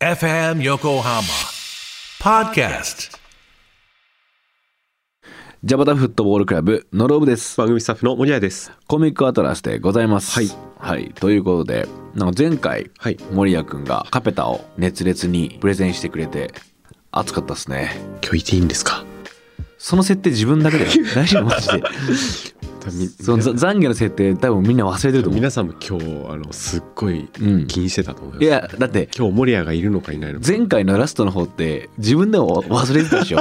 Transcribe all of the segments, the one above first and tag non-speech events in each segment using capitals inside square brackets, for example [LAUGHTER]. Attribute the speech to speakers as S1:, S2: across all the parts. S1: FM Yokohama Podcast.
S2: ジャパタフットボールクラブのローブです。
S3: 番組スタッフの森谷です。
S2: コミックアトラスでございます。
S3: はい。
S2: はい。ということで、なんか前回、
S3: はい
S2: 森谷くんがカペタを熱烈にプレゼンしてくれて、熱かったっすね。
S3: 今日いていいんですか
S2: その設定自分だけ
S3: [LAUGHS]
S2: だよ。大丈夫マジで。そのざ懺悔の設定多分みんな忘れてると思う。
S3: 皆さんも今日あのすっごい
S2: うん
S3: 気にしてたと思います。
S2: いや、だって、
S3: 今日森谷がいるのかいないのか。
S2: 前回のラストの方って自分でも忘れてたで
S3: [LAUGHS]
S2: しょ。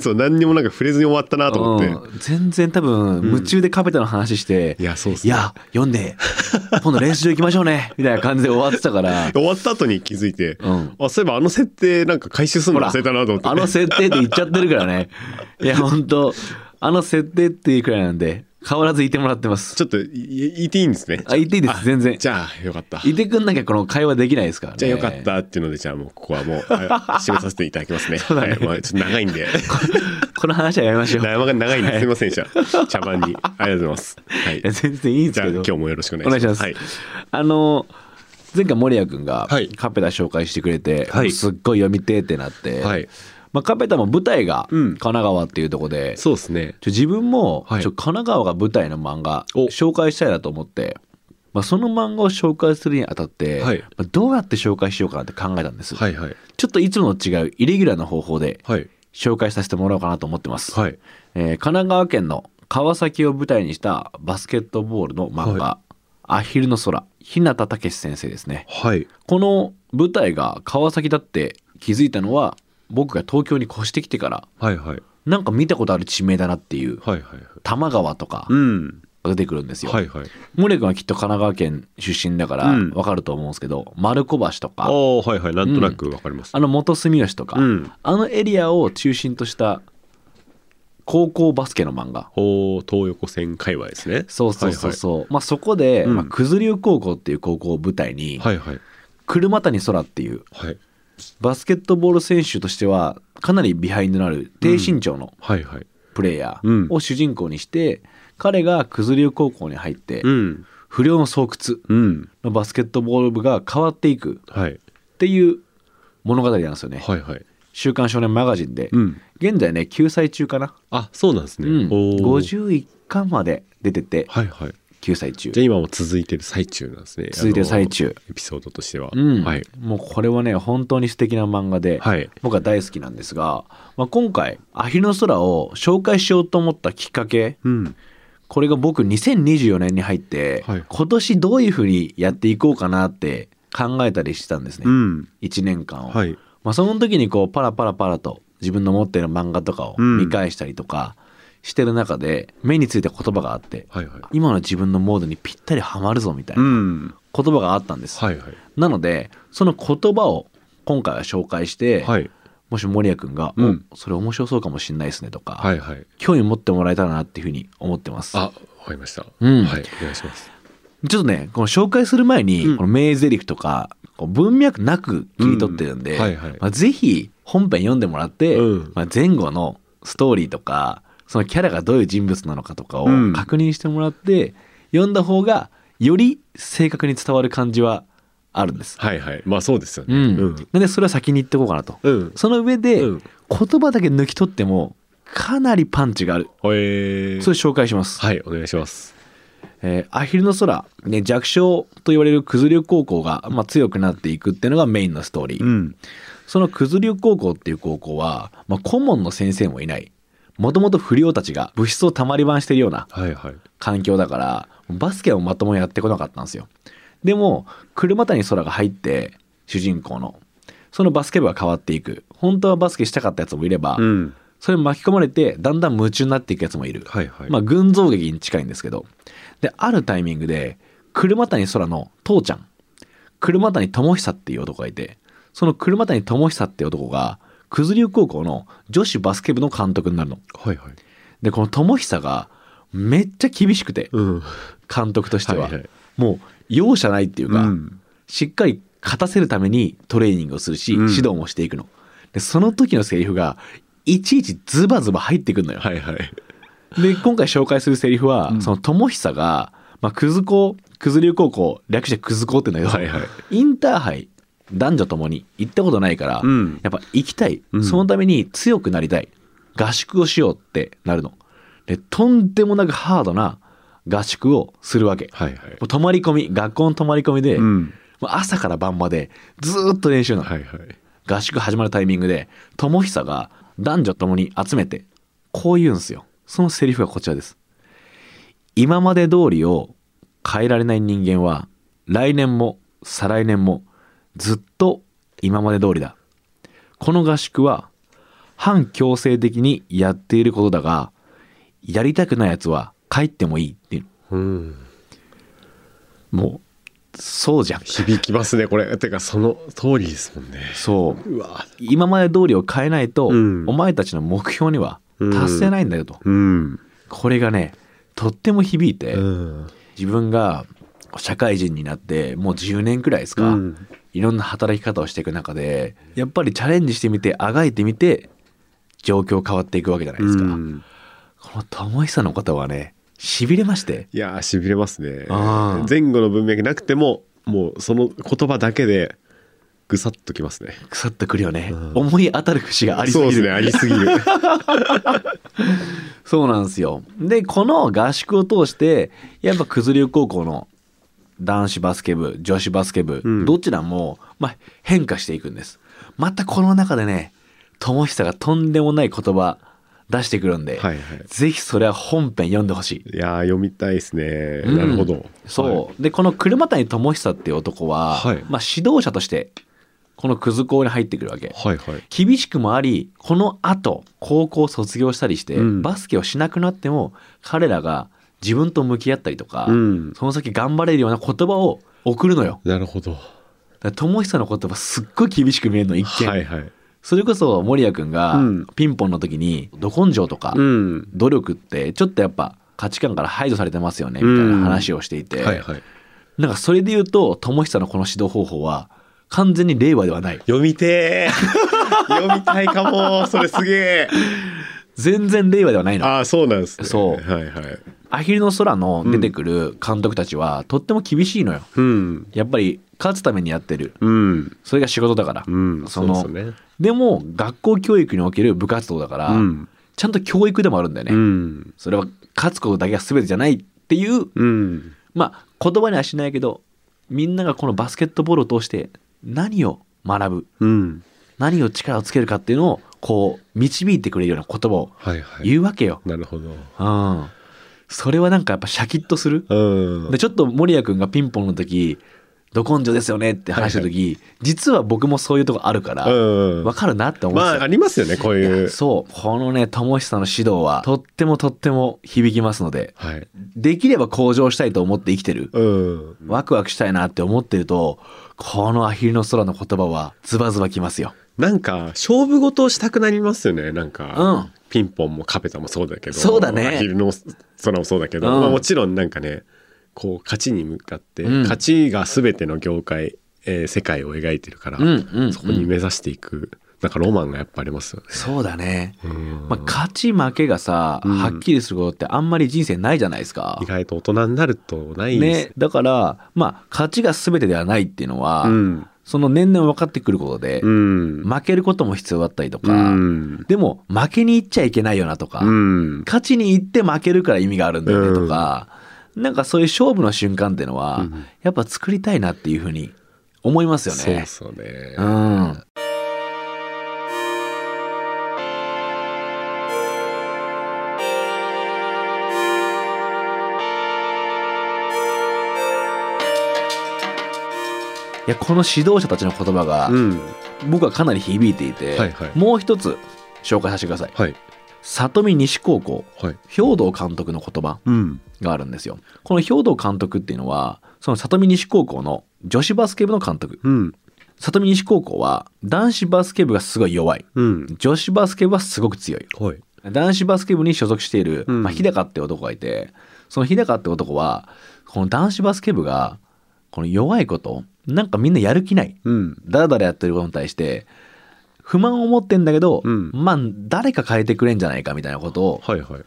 S3: そう何にもなんか触れずに終わったなと思って。
S2: うん全然多分夢中でカペタの話して、
S3: いやそうっす
S2: い
S3: ね
S2: や読んで今度練習行きましょうねみたいな感じで終わってた
S3: [LAUGHS]
S2: から
S3: 終わった後に気づいて、
S2: うん
S3: あそういえばあの設定なんか回収する
S2: ほ
S3: の
S2: ら
S3: 忘れたなと思って。
S2: あの設定で言っちゃってるから
S3: [LAUGHS]
S2: ねいや本当あの設定っていうくらいなんで変わらずいてもらってます
S3: ちょっといいていいんですね。
S2: あいていいです全然
S3: じゃあよかった。
S2: いてくんなきゃこの会話できないですからね
S3: じゃあよかったっていうのでじゃあもうここ
S2: [LAUGHS]
S3: はもうあ締めさせていただきますね。
S2: そうだね
S3: はいまあちょっと長い
S2: [LAUGHS]
S3: んで。
S2: [LAUGHS] この話はやめましょう
S3: 悩まが長いんですいませんで
S2: [LAUGHS]
S3: した。茶番に。ありがとうございます。はい
S2: いや。全然いいんで
S3: じ
S2: す
S3: ゃあ
S2: けど
S3: 今日もよろしくお
S2: お
S3: 願
S2: 願
S3: い
S2: い
S3: し
S2: しま
S3: ますす。はい。
S2: あの前回森谷くんが
S3: はい
S2: カペタ紹介してくれて、
S3: はい
S2: すっごい読みてえってなって、
S3: はい
S2: まあ、カペタも舞台が
S3: うん
S2: 神奈川っていうとこで、
S3: そうですね。
S2: ちょ自分も、
S3: はい
S2: ちょ神奈川が舞台の漫画
S3: お
S2: 紹介したいなと思って、まあ、その漫画を紹介するにあたって、
S3: はい
S2: まあどうやって紹介しようかなって考えたんです、
S3: はいはい。
S2: ちょっといつもと違うイレギュラーな方法で
S3: はい。
S2: 紹介させてもらおうかなと思ってます、
S3: はい。
S2: えー神奈川県の川崎を舞台にしたバスケットボールの漫画「
S3: は
S2: アヒルの空」日向武史先生ですね
S3: はい。
S2: この舞台が川崎だって気づいたのは僕が東京に越してきてから
S3: はいはい。
S2: なんか見たことある地名だなっていう
S3: はいはい。
S2: 多摩川とか
S3: うん。
S2: が出てくるんですよ。
S3: はいはい。
S2: モレ君はきっと神奈川県出身だから
S3: うん
S2: わかると思うんですけど、丸子橋と
S3: あ
S2: か
S3: あ、はいはい。なんとなくわかります。
S2: あの元住吉とか、
S3: うん
S2: あのエリアを中心とした高校バスケの漫画
S3: ほう、東横線界隈ですね。
S2: そうそうそうそう、まあ、そこで、
S3: うん
S2: まあ、九頭竜高校っていう高校を舞台に、
S3: はいはい。
S2: 車谷空っていう
S3: はいはい。
S2: バスケットボール選手としてはかなりビハインドのある低身長の
S3: はいはい。
S2: プレイヤ
S3: う
S2: ー
S3: ん
S2: を主人公にして、彼が九頭竜高校に入って、
S3: うん。
S2: 不良の巣窟
S3: うん。
S2: のバスケットボール部が変わっていく
S3: はい。
S2: っていう物語なんですよね。
S3: はいはい。
S2: 週刊少年マガジンで、
S3: うん
S2: 現在ね、救済中かな。
S3: あ、そうなんです
S2: う
S3: ね。
S2: ん、
S3: おー
S2: 51巻まで出てて、
S3: はいはい。
S2: 救済中
S3: じゃ。あ今も続いてる最中なんですね。
S2: 続いてる最中
S3: あのエピソードとしては。
S2: うん、
S3: はい。
S2: もうこれはね、本当に素敵な漫画で、
S3: はい
S2: 僕は大好きなんですが、まあ、今回、アヒルの空を紹介しようと思ったきっかけ、
S3: うん。
S2: これが僕2024年に入って、
S3: はい
S2: 今年どういうふうにやっていこうかなって考えたりしてたんですね。
S3: うん。
S2: 1年間を、
S3: はい
S2: まあ、その時にこうパラパラパラと自分の持っている漫画とかを
S3: うん
S2: 見返したりとかしてる中で目についた言葉があって、
S3: はいはい。。
S2: 今の自分のモードにぴったりハマるぞみたいうなん言葉があったんです、
S3: はいはい。
S2: なのでその言葉を今回は紹介して、
S3: はい。
S2: もし森谷君が、
S3: うん
S2: おそれ面白そうかもしれないですね」とか、
S3: はいはい。
S2: 興味持ってもらえたらなっていうふうに思ってます
S3: あ、わかりました。
S2: うん
S3: はい。お願いします。
S2: ちょっとね、この紹介する前に、
S3: うん
S2: この名台詞とか、こう文脈なく切り取ってるんで、
S3: うんはいはい
S2: まあ、ぜひ本編読んでもらって、
S3: うん
S2: まあ、前後のストーリーとか、そのキャラがどういう人物なのかとかを
S3: うん
S2: 確認してもらって、読んだ方が、より正確に伝わる感じはあるんです。
S3: はいはい。まあそうですよね。
S2: うん。
S3: うん。
S2: なんで、それは先に言っておこうかなと。
S3: うん。
S2: その上で、
S3: うん
S2: 言葉だけ抜き取っても、かなりパンチがある。
S3: えー、
S2: それ紹介します。
S3: はい、お願いします。
S2: えーアヒルの空、ね、弱小と言われる九頭竜高校が、まあ、強くなっていくっていうのがメインのストーリー、
S3: ん。
S2: その九頭竜高校っていう高校は、まあ、顧問の先生もいないもともと不良たちが物質をたまり番してるような
S3: はいはい。
S2: 環境だからバスケをまともにやってこなかったんですよでも車谷空が入って主人公のそのバスケ部が変わっていく本当はバスケしたかったやつもいれば、
S3: ん。
S2: それに巻き込まれてだんだん夢中になっていくやつもいる、
S3: はいはい。
S2: まあ、群像劇に近いんですけど。で、あるタイミングで、車谷空の父ちゃん、車谷智久っていう男がいて、その車谷智久って男が九頭竜高校の女子バスケ部の監督になるの
S3: はいはい。
S2: でこの智久がめっちゃ厳しくて
S3: うん。
S2: 監督としては、
S3: はいはい
S2: もう容赦ないっていうか、
S3: うん
S2: しっかり勝たせるためにトレーニングをするし、
S3: うん
S2: 指導もしていくのでその時のセリフがいちいちズバズバ入ってくるのよ、
S3: はいはい。
S2: で今回紹介するセリフは、その友久が、まあ、クズ高クズ流高校略してクズ高って言うんだけど、
S3: はいはい
S2: インターハイ男女ともに行ったことないから、
S3: うん
S2: やっぱ行きたい、
S3: うん
S2: そのために強くなりたい合宿をしようってなるのでとんでもなくハードな合宿をするわけ、
S3: はいはい
S2: もう泊まり込み学校の泊まり込みで、
S3: うん
S2: もう朝から晩までずーっと練習なの、
S3: はいはい。
S2: 合宿始まるタイミングで友久が男女ともに集めてこう言うんですよそのセリフがこちらです今まで通りを変えられない人間は来年も再来年もずっと今まで通りだこの合宿は反強制的にやっていることだがやりたくないやつは帰ってもいいっていう
S3: うん。
S2: もうそうじゃん
S3: 響きますね、これ。てか、その通りですもんね。
S2: そう
S3: うわ。
S2: 今まで通りを変えないと、
S3: うん
S2: お前たちの目標には達せないんだよと、
S3: うん。
S2: これがねとっても響いて、
S3: うん。
S2: 自分が社会人になってもう10年くらいですか、
S3: うん
S2: いろんな働き方をしていく中でやっぱりチャレンジしてみてあがいてみて状況変わっていくわけじゃないですか、
S3: うん
S2: この友久の方はねしびれまして
S3: いやー、しびれますね。
S2: あー
S3: 前後の文脈なくても、もうその言葉だけで、ぐさっときますね。
S2: 腐ってくるよね、
S3: うん
S2: 思い当たる節がありすぎ
S3: そう
S2: る
S3: ですね、ありすぎる。
S2: そうなんですよ。で、この合宿を通して、やっぱ九頭竜高校の男子バスケ部、女子バスケ部、
S3: うん
S2: どちらも、まあ、変化していくんです。またこの中でね、友久がとんでもない言葉出してくるんで、
S3: はいはい
S2: ぜひそれは本編読んでほしい。
S3: いやー、読みたいですね。
S2: うん
S3: なるほど。
S2: そう、でこの車谷智久っていう男は、
S3: はい
S2: まあ、指導者としてこの葛校に入ってくるわけ、
S3: はいはい。
S2: 厳しくもありこのあと高校を卒業したりして、
S3: うん
S2: バスケをしなくなっても彼らが自分と向き合ったりとか、
S3: うん
S2: その先頑張れるような言葉を送るのよ
S3: なるほど。
S2: だから友久の言葉すっごい厳しく見えるの一見、
S3: はいはい。
S2: それこそ守谷君が
S3: うん
S2: ピンポンの時に「ど根性」とか、
S3: うん。
S2: 努力ってちょっとやっぱ価値観から排除されてますよねみたいな話をしていて、
S3: はいはい。
S2: なんかそれで言うと友久のこの指導方法は完全に令和ではない
S3: 読みてー [LAUGHS] 読みたいかもそれすげえ
S2: 全然令和ではないの
S3: ああそうなんですね
S2: そう
S3: はいはい
S2: アヒルの空の出てくる監督たちはとっても厳しいのよ。
S3: うん
S2: やっぱり勝つためにやってる。
S3: うん
S2: それが仕事だから。
S3: うん
S2: その
S3: うですよね
S2: でも学校教育における部活動だから、
S3: うん
S2: ちゃんと教育でもあるんだよね。
S3: うん
S2: それは勝つことだけが全てじゃないっていう、
S3: うん
S2: まあ言葉にはしないけど、みんながこのバスケットボールを通して何を学ぶ、
S3: うん
S2: 何を力をつけるかっていうのをこう導いてくれるような言葉を
S3: はいはい
S2: 言うわけよ。
S3: なるほど
S2: うん。それはなんかやっぱシャキッとする。
S3: うん
S2: でちょっと守谷君がピンポンの時「ど根性ですよね」って話した時、実は僕もそういうとこあるから、
S3: うん
S2: 分かるなって思っ
S3: ま
S2: て
S3: ああ
S2: た、
S3: りますよねこういう
S2: そうこのね友久の指導はとってもとっても響きますので
S3: はい
S2: できれば向上したいと思って生きてる
S3: うん
S2: ワクワクしたいなって思ってるとこの「アヒルの空」の言葉はズバズバきますよ
S3: なんか勝負事をしたくなりますよねなんか、
S2: うん
S3: ピンポンもカペタもそうだけど
S2: そうだね
S3: 昼の空もそうだけど、
S2: うん
S3: まあ、もちろんなんかねこう勝ちに向かって、
S2: うん
S3: 勝ちが全ての業界、えー世界を描いてるから、
S2: うんうんうん
S3: そこに目指していくなんかロマンがやっぱありますよね。
S2: そうだね、
S3: うん
S2: まあ、勝ち負けがさ、
S3: うん
S2: はっきりすることってあんまり人生ないじゃないですか
S3: 意外と大人になるとないです
S2: ね、だから、まあ、勝ちが全てではないっていうのは、
S3: うん
S2: その年々分かってくることで、
S3: うん
S2: 負けることも必要だったりとか、
S3: うん
S2: でも負けに行っちゃいけないよなとか、
S3: うん
S2: 勝ちに行って負けるから意味があるんだよねとか、なんかそういう勝負の瞬間っていうのは、
S3: うん
S2: やっぱ作りたいなっていうふうに思いますよ
S3: そう
S2: ね。
S3: そうね、
S2: うん。いやこの指導者たちの言葉が、
S3: うん
S2: 僕はかなり響いていて、
S3: はいはい
S2: もう一つ紹介させてください
S3: はい
S2: 里見西高校
S3: はい
S2: 兵道監督の言葉
S3: うん
S2: があるんですよこの兵道監督っていうのはその里見西高校の女子バスケ部の監督
S3: うん
S2: 里見西高校は男子バスケ部がすごい弱い。
S3: うん。
S2: 女子バスケ部はすごく強い。
S3: はい。
S2: 男子バスケ部に所属している、
S3: うん
S2: まあ、日高って男がいてその日高って男はこの男子バスケ部がこの弱いことなんかみんなやる気ない
S3: うん。
S2: ダラダラやってることに対して不満を持ってんだけど、
S3: うん
S2: まあ誰か変えてくれんじゃないかみたいなことを
S3: はいはい。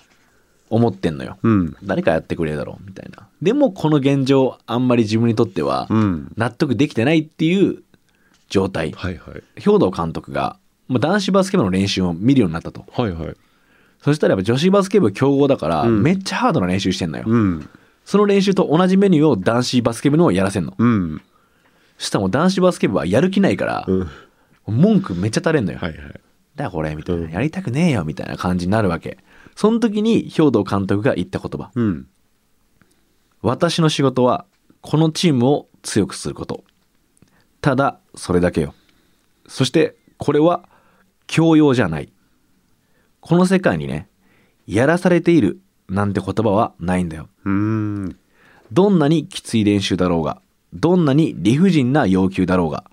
S2: 思ってんのよ、
S3: うん。
S2: 誰かやってくれるだろうみたいなでもこの現状あんまり自分にとっては
S3: うん。
S2: 納得できてないっていう状態、
S3: はいはい。
S2: 兵道監督がまあ男子バスケ部の練習を見るようになったと
S3: はいはい。
S2: そしたらやっぱ女子バスケ部強豪だから、
S3: うん
S2: めっちゃハードな練習してんのよ、
S3: うん。
S2: その練習と同じメニューを男子バスケ部のをやらせんの。
S3: うん。
S2: そしたらもう男子バスケ部はやる気ないから、
S3: うん。
S2: 文句めっちゃ垂れんのよ。
S3: はいはい。
S2: だこれみたいな、
S3: うん
S2: やりたくねえよみたいな感じになるわけ。その時に兵道監督が言った言葉。
S3: うん。
S2: 私の仕事はこのチームを強くすること。ただそれだけよ。そしてこれは教養じゃない。この世界にね、やらされているなんて言葉はないんだよ。
S3: うん。
S2: どんなにきつい練習だろうが、どんなに理不尽な要求だろうが、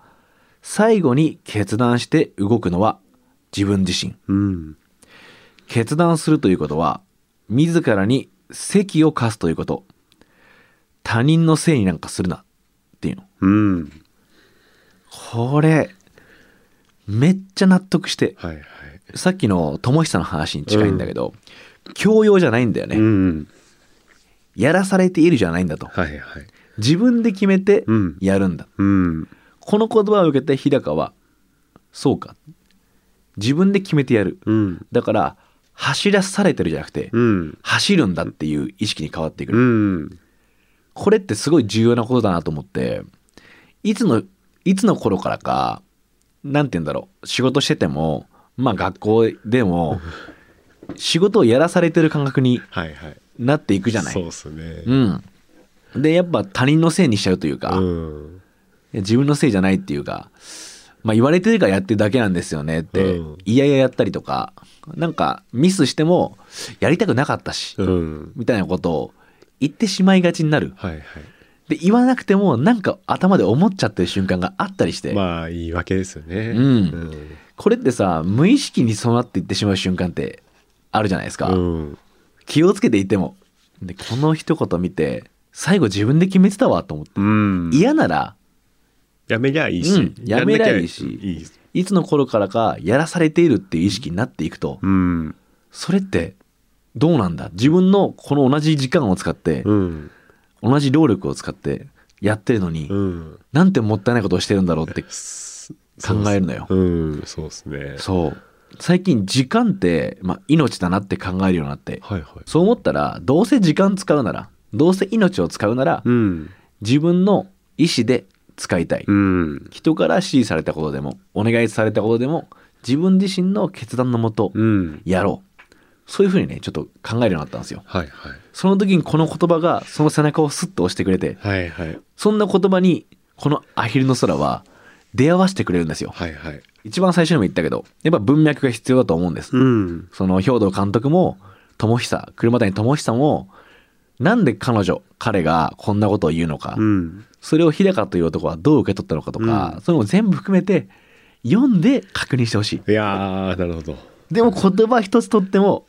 S2: 最後に決断して動くのは自分自身。
S3: うん。
S2: 決断するということは、自らに責を課すということ。他人のせいになんかするなっていうの。
S3: うん。
S2: これ、めっちゃ納得して、
S3: はいはい。
S2: さっきの友久の話に近いんだけど、教養じゃないんだよね。
S3: うん。
S2: やらされているじゃないんだと。
S3: はいはい。
S2: 自分で決めて
S3: うん
S2: やるんだ。
S3: うん。
S2: この言葉を受けて日高はそうか自分で決めてやる
S3: うん。
S2: だから走らされてるじゃなくて、
S3: うん。
S2: 走るんだっていう意識に変わってくる、
S3: うん。
S2: これってすごい重要なことだなと思っていつのいつの頃からかなんて言うんだろう仕事しててもまあ学校でも仕事をやらされてる感覚に
S3: はいはい。
S2: なっていくじゃない
S3: そうっすね。
S2: うんでやっぱ他人のせいにしちゃうというか、
S3: うん。
S2: いや自分のせいじゃないっていうか、まあ、言われてるからやってるだけなんですよねって、
S3: うん
S2: いやいややったりとかなんかミスしてもやりたくなかったし、
S3: うん。
S2: みたいなことを言ってしまいがちになる
S3: はいは
S2: で言わなくてもなんか頭で思っちゃってる瞬間があったりして、
S3: い。まあ、言い訳ですよね。
S2: うん
S3: うん。
S2: これってさ無意識にそうなっていってしまう瞬間ってあるじゃないですか、
S3: うん。
S2: 気をつけていてもでこの一言見て最後自分で決めてたわと思って
S3: うん。
S2: 嫌なら
S3: やめりゃいい
S2: うん
S3: し。
S2: やめりゃいいし
S3: やんなきゃいい
S2: いつの頃からかやらされているっていう意識になっていくと、
S3: うん。
S2: それってどうなんだ自分のこの同じ時間を使って、
S3: うん。
S2: 同じ労力を使ってやってるのに、
S3: うん。
S2: なんてもったいないことをしてるんだろうって
S3: す
S2: 考えるのよ
S3: うん。そうですね。
S2: そう最近時間って、まあ、命だなって考えるようになって
S3: はいはい。
S2: そう思ったらどうせ時間使うならどうせ命を使うなら、
S3: うん。
S2: 自分の意思で使いたい、
S3: うん。
S2: 人から指示されたことでもお願いされたことでも自分自身の決断のもと
S3: うん。
S2: やろうそういうふうにねちょっと考えるようになったんですよ
S3: はいはい。
S2: その時にこの言葉がその背中をスッと押してくれて、
S3: はいはい。
S2: そんな言葉にこのアヒルの空は出会わせてくれるんですよ。
S3: はいはい。
S2: 一番最初にも言ったけど、やっぱ文脈が必要だと思うんです。
S3: うん。
S2: その兵道監督も、友久、車谷友久も、なんで彼女、彼がこんなことを言うのか、
S3: うん。
S2: それを日高という男はどう受け取ったのかとか、
S3: うん
S2: それも全部含めて、読んで確認してほしい。
S3: いやー、なるほど。
S2: でも言葉一つとっても、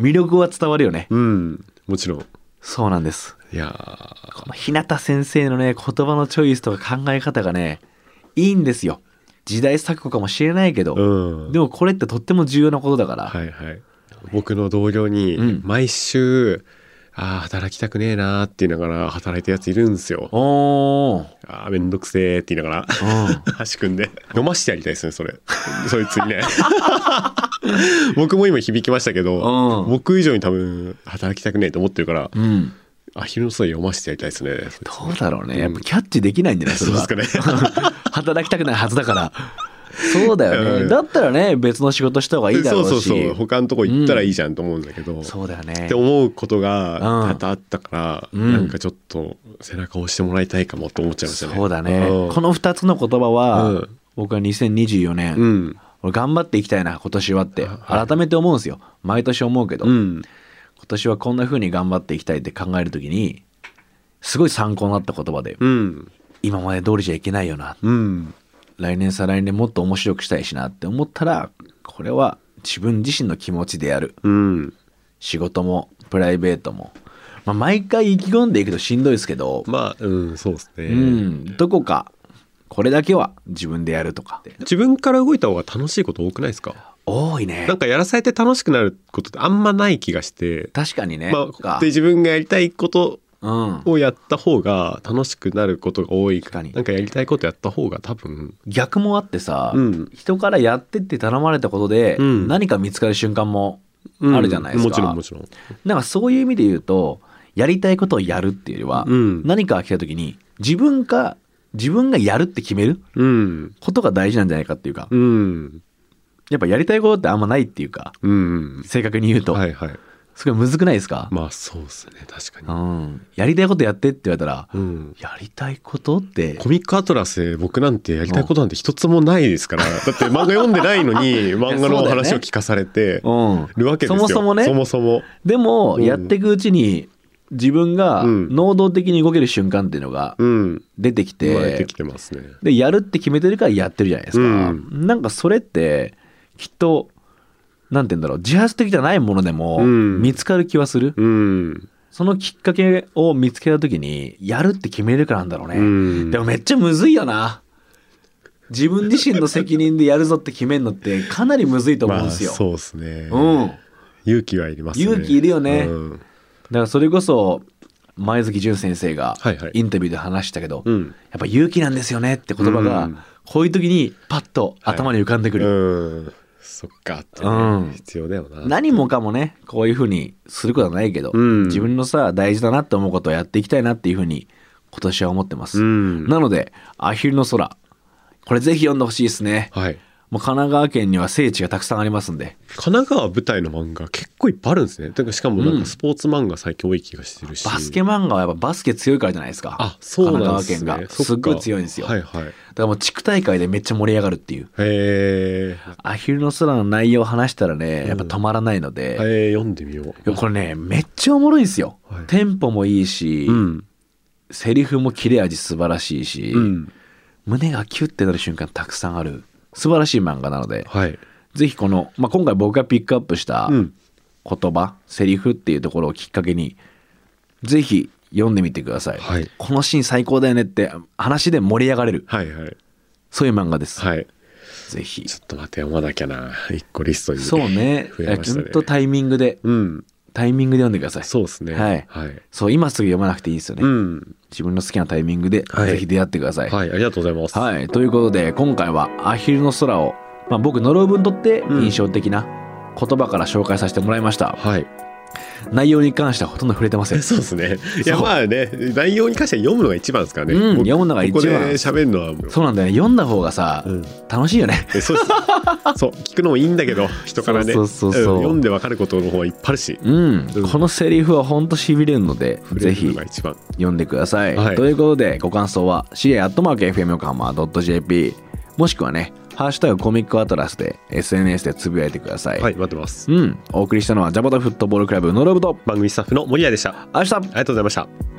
S2: 魅力は伝わるよね。
S3: うん。もちろん。
S2: そうなんです。
S3: いやー。
S2: この日向先生のね言葉のチョイスとか考え方がねいいんですよ時代錯誤かもしれないけど、
S3: うん。
S2: でもこれってとっても重要なことだから、
S3: はいはい。僕の同僚に
S2: うん、
S3: 毎週、ああ、働きたくねえなーって言いながら働いてるやついるんですよ。
S2: おー
S3: ああ、めんどくせえって言いなが [LAUGHS] ら、端くんで。飲ましてやりたいですね、それ。 [LAUGHS] そいつにね。 [LAUGHS] 僕も今響きましたけど、
S2: うん
S3: 僕以上に多分、働きたくねえと思ってるから、
S2: うん
S3: アヒルの空読ましてやりたいですね。
S2: どうだろうねやっぱキャッチできないんじゃない
S3: [LAUGHS] そうですか
S2: れは [LAUGHS]
S3: ね。
S2: 働きたくないはずだからそうだよね、
S3: うん
S2: だったらね別の仕事した方がいいだろうし
S3: そうそうそう他のとこ行ったらいいじゃんと思うんだけど、っ
S2: そうだよね
S3: て思うこと
S2: う
S3: が
S2: ん
S3: 多々あったから、
S2: うん
S3: なんかちょっと背中を押してもらいたいかもと思っちゃいましたね。
S2: そうだね、
S3: うん
S2: この2つの言葉は、
S3: うん
S2: 僕は2024年、
S3: うん
S2: 俺頑張っていきたいな今年はって
S3: はい
S2: 改めて思うんですよ毎年思うけど、
S3: うん
S2: 今年はこんな風に頑張っていきたいって考えるときにすごい参考になった言葉で
S3: うん
S2: 今まで通りじゃいけないよな
S3: うん
S2: 来年再来年もっと面白くしたいしなって思ったらこれは自分自身の気持ちでやる
S3: うん。
S2: 仕事もプライベートも、まあ、毎回意気込んでいくとしんどいですけど、
S3: まあ、うん、そうですね。
S2: うんどこかこれだけは自分でやるとか
S3: 自分から動いた方が楽しいこと多くないですか
S2: 多いね
S3: なんかやらされて楽しくなることってあんまない気がして、
S2: 確かにね、
S3: ま
S2: か
S3: あ、で自分がやりたいこと
S2: うん、
S3: をやった方が楽しくなることが多いか
S2: 確
S3: ら
S2: かに
S3: なんかやりたいことやった方が多分
S2: 逆もあってさ、
S3: うん
S2: 人からやってって頼まれたことで、
S3: うん
S2: 何か見つかる瞬間もあるじゃないですか、
S3: もちろんもちろん
S2: なんかそういう意味で言うとやりたいことをやるっていうよりは、
S3: うん
S2: 何かが来た時に自分か自分がやるって決める
S3: うん
S2: ことが大事なんじゃないかっていうか、
S3: うん
S2: やっぱやりたいことってあんまないっていうか
S3: うん
S2: 正確に言うと、
S3: はいはい
S2: すごいむずくないですか、
S3: まあそうですね確か
S2: うん、やりたいことやってって言われたら、
S3: にうん
S2: やりたいことって
S3: コミックアトラスで僕なんてやりたいことなんて一つもないで
S2: [LAUGHS]
S3: すから、だって漫画読んでないのに漫画のお話を聞かされて
S2: うん
S3: るわけですよ、
S2: そもそもね
S3: そもそも
S2: でも
S3: うん
S2: やっていくうちに自分が
S3: うん
S2: 能動的に動ける瞬間っていうのが
S3: うん
S2: 出てきて、
S3: 生まれてきてますね
S2: でやるって決めてるからやってるじゃないですか、
S3: うん
S2: なんかそれってきっとなんて言うんだろう自発的じゃないものでも
S3: うん
S2: 見つかる気はする、
S3: うん
S2: そのきっかけを見つけた時にやるって決めるからなんだろうね、
S3: うん
S2: でもめっちゃむずいよな自分自身の責任でやるぞって決めるのってかなりむずいと思うん
S3: まあ
S2: ですよ、
S3: そうですね、
S2: うん
S3: 勇気はいりますね
S2: 勇気いるよね
S3: うん
S2: だからそれこそ前月淳先生が
S3: はいはい
S2: インタビューで話したけど、
S3: うん
S2: やっぱ勇気なんですよねって言葉
S3: う
S2: が
S3: ん
S2: こういう時にパッと頭に浮かんでくる、
S3: うんそっかってね、
S2: うん
S3: 必要だよな
S2: 何もかもねこういうふうにすることはないけど、
S3: うん
S2: 自分のさ大事だなって思うことをやっていきたいなっていうふうに今年は思ってます、
S3: うん
S2: なので「アヒルの空」これぜひ読んでほしいですね、
S3: はい
S2: もう神奈川県には聖地がたくさんありますんで
S3: 神奈川舞台の漫画結構いっぱいあるんですねてかしかもなんかスポーツ漫画最近多い気がしてるし
S2: バスケ漫画はやっぱバスケ強いからじゃないですか
S3: あそうなんですね
S2: 神奈川県
S3: そ
S2: が
S3: っか
S2: すっごい強いんですよ、
S3: はい
S2: だか
S3: はいへ
S2: らもう地区大会でめっちゃ盛り上がるっていう
S3: え
S2: アヒルの空の内容を話したらねやっぱ止まらないので、
S3: えー、読んでみよ
S2: いうやこれねめっちゃおもろいんですよ、
S3: はい
S2: テンポもいいし、
S3: うん
S2: セリフも切れ味素晴らしいし、
S3: うん
S2: 胸がキュッてなる瞬間たくさんある素晴らしい漫画なので、
S3: はい
S2: ぜひこの、まあ、今回僕がピックアップした
S3: うん
S2: 言葉、セリフっていうところをきっかけにぜひ読んでみてください、
S3: はい
S2: このシーン最高だよねって話で盛り上がれる
S3: はいはい
S2: そういう漫画です、
S3: はい
S2: ぜひ
S3: ちょっと待って読まなきゃな一個リストに
S2: そうね
S3: 増えました
S2: 本
S3: ね
S2: 当タイミングで
S3: うん
S2: タイミングで読んでください
S3: そうですね
S2: はい
S3: はい
S2: そう今すぐ読まなくていいですよね、
S3: うん
S2: 自分の好きなタイミングで、
S3: はい
S2: ぜひ出会ってください。は
S3: はいありがとうございます
S2: い、ということで今回は「アヒルの空を」まあ、僕ノロウブにとって印象的な言葉から紹介させてもらいました、
S3: はい
S2: 内容に関してはほとんど触れてま
S3: [LAUGHS]
S2: せん
S3: そうですね。いやまあね内容に関しては読むのが一番ですからね。
S2: うん
S3: 僕
S2: 読むのが一番
S3: ここで喋るのはもう
S2: そうなんだよね読んだ方がさ、
S3: うん
S2: 楽しいよね
S3: えそうです
S2: [LAUGHS]
S3: そう聞くのもいいんだけど人からね
S2: そうそうそうそうん
S3: 読んでわかることの方がいっぱいあるし。
S2: うん、
S3: うん
S2: このセリフはほんとしびれるのでぜ
S3: 触れるの
S2: ひ
S3: が一番
S2: 読んでください、
S3: はい
S2: ということでご感想は ca.fmyokohama.jp もしくはね「ハッシュタグコミックアトラス」で SNS でつぶやいてください、
S3: はい待ってます。
S2: うんお送りしたのはジャパタフットボールクラブノロブと
S3: 番組スタッフの森谷でした。あ
S2: 明日
S3: りがとうございました。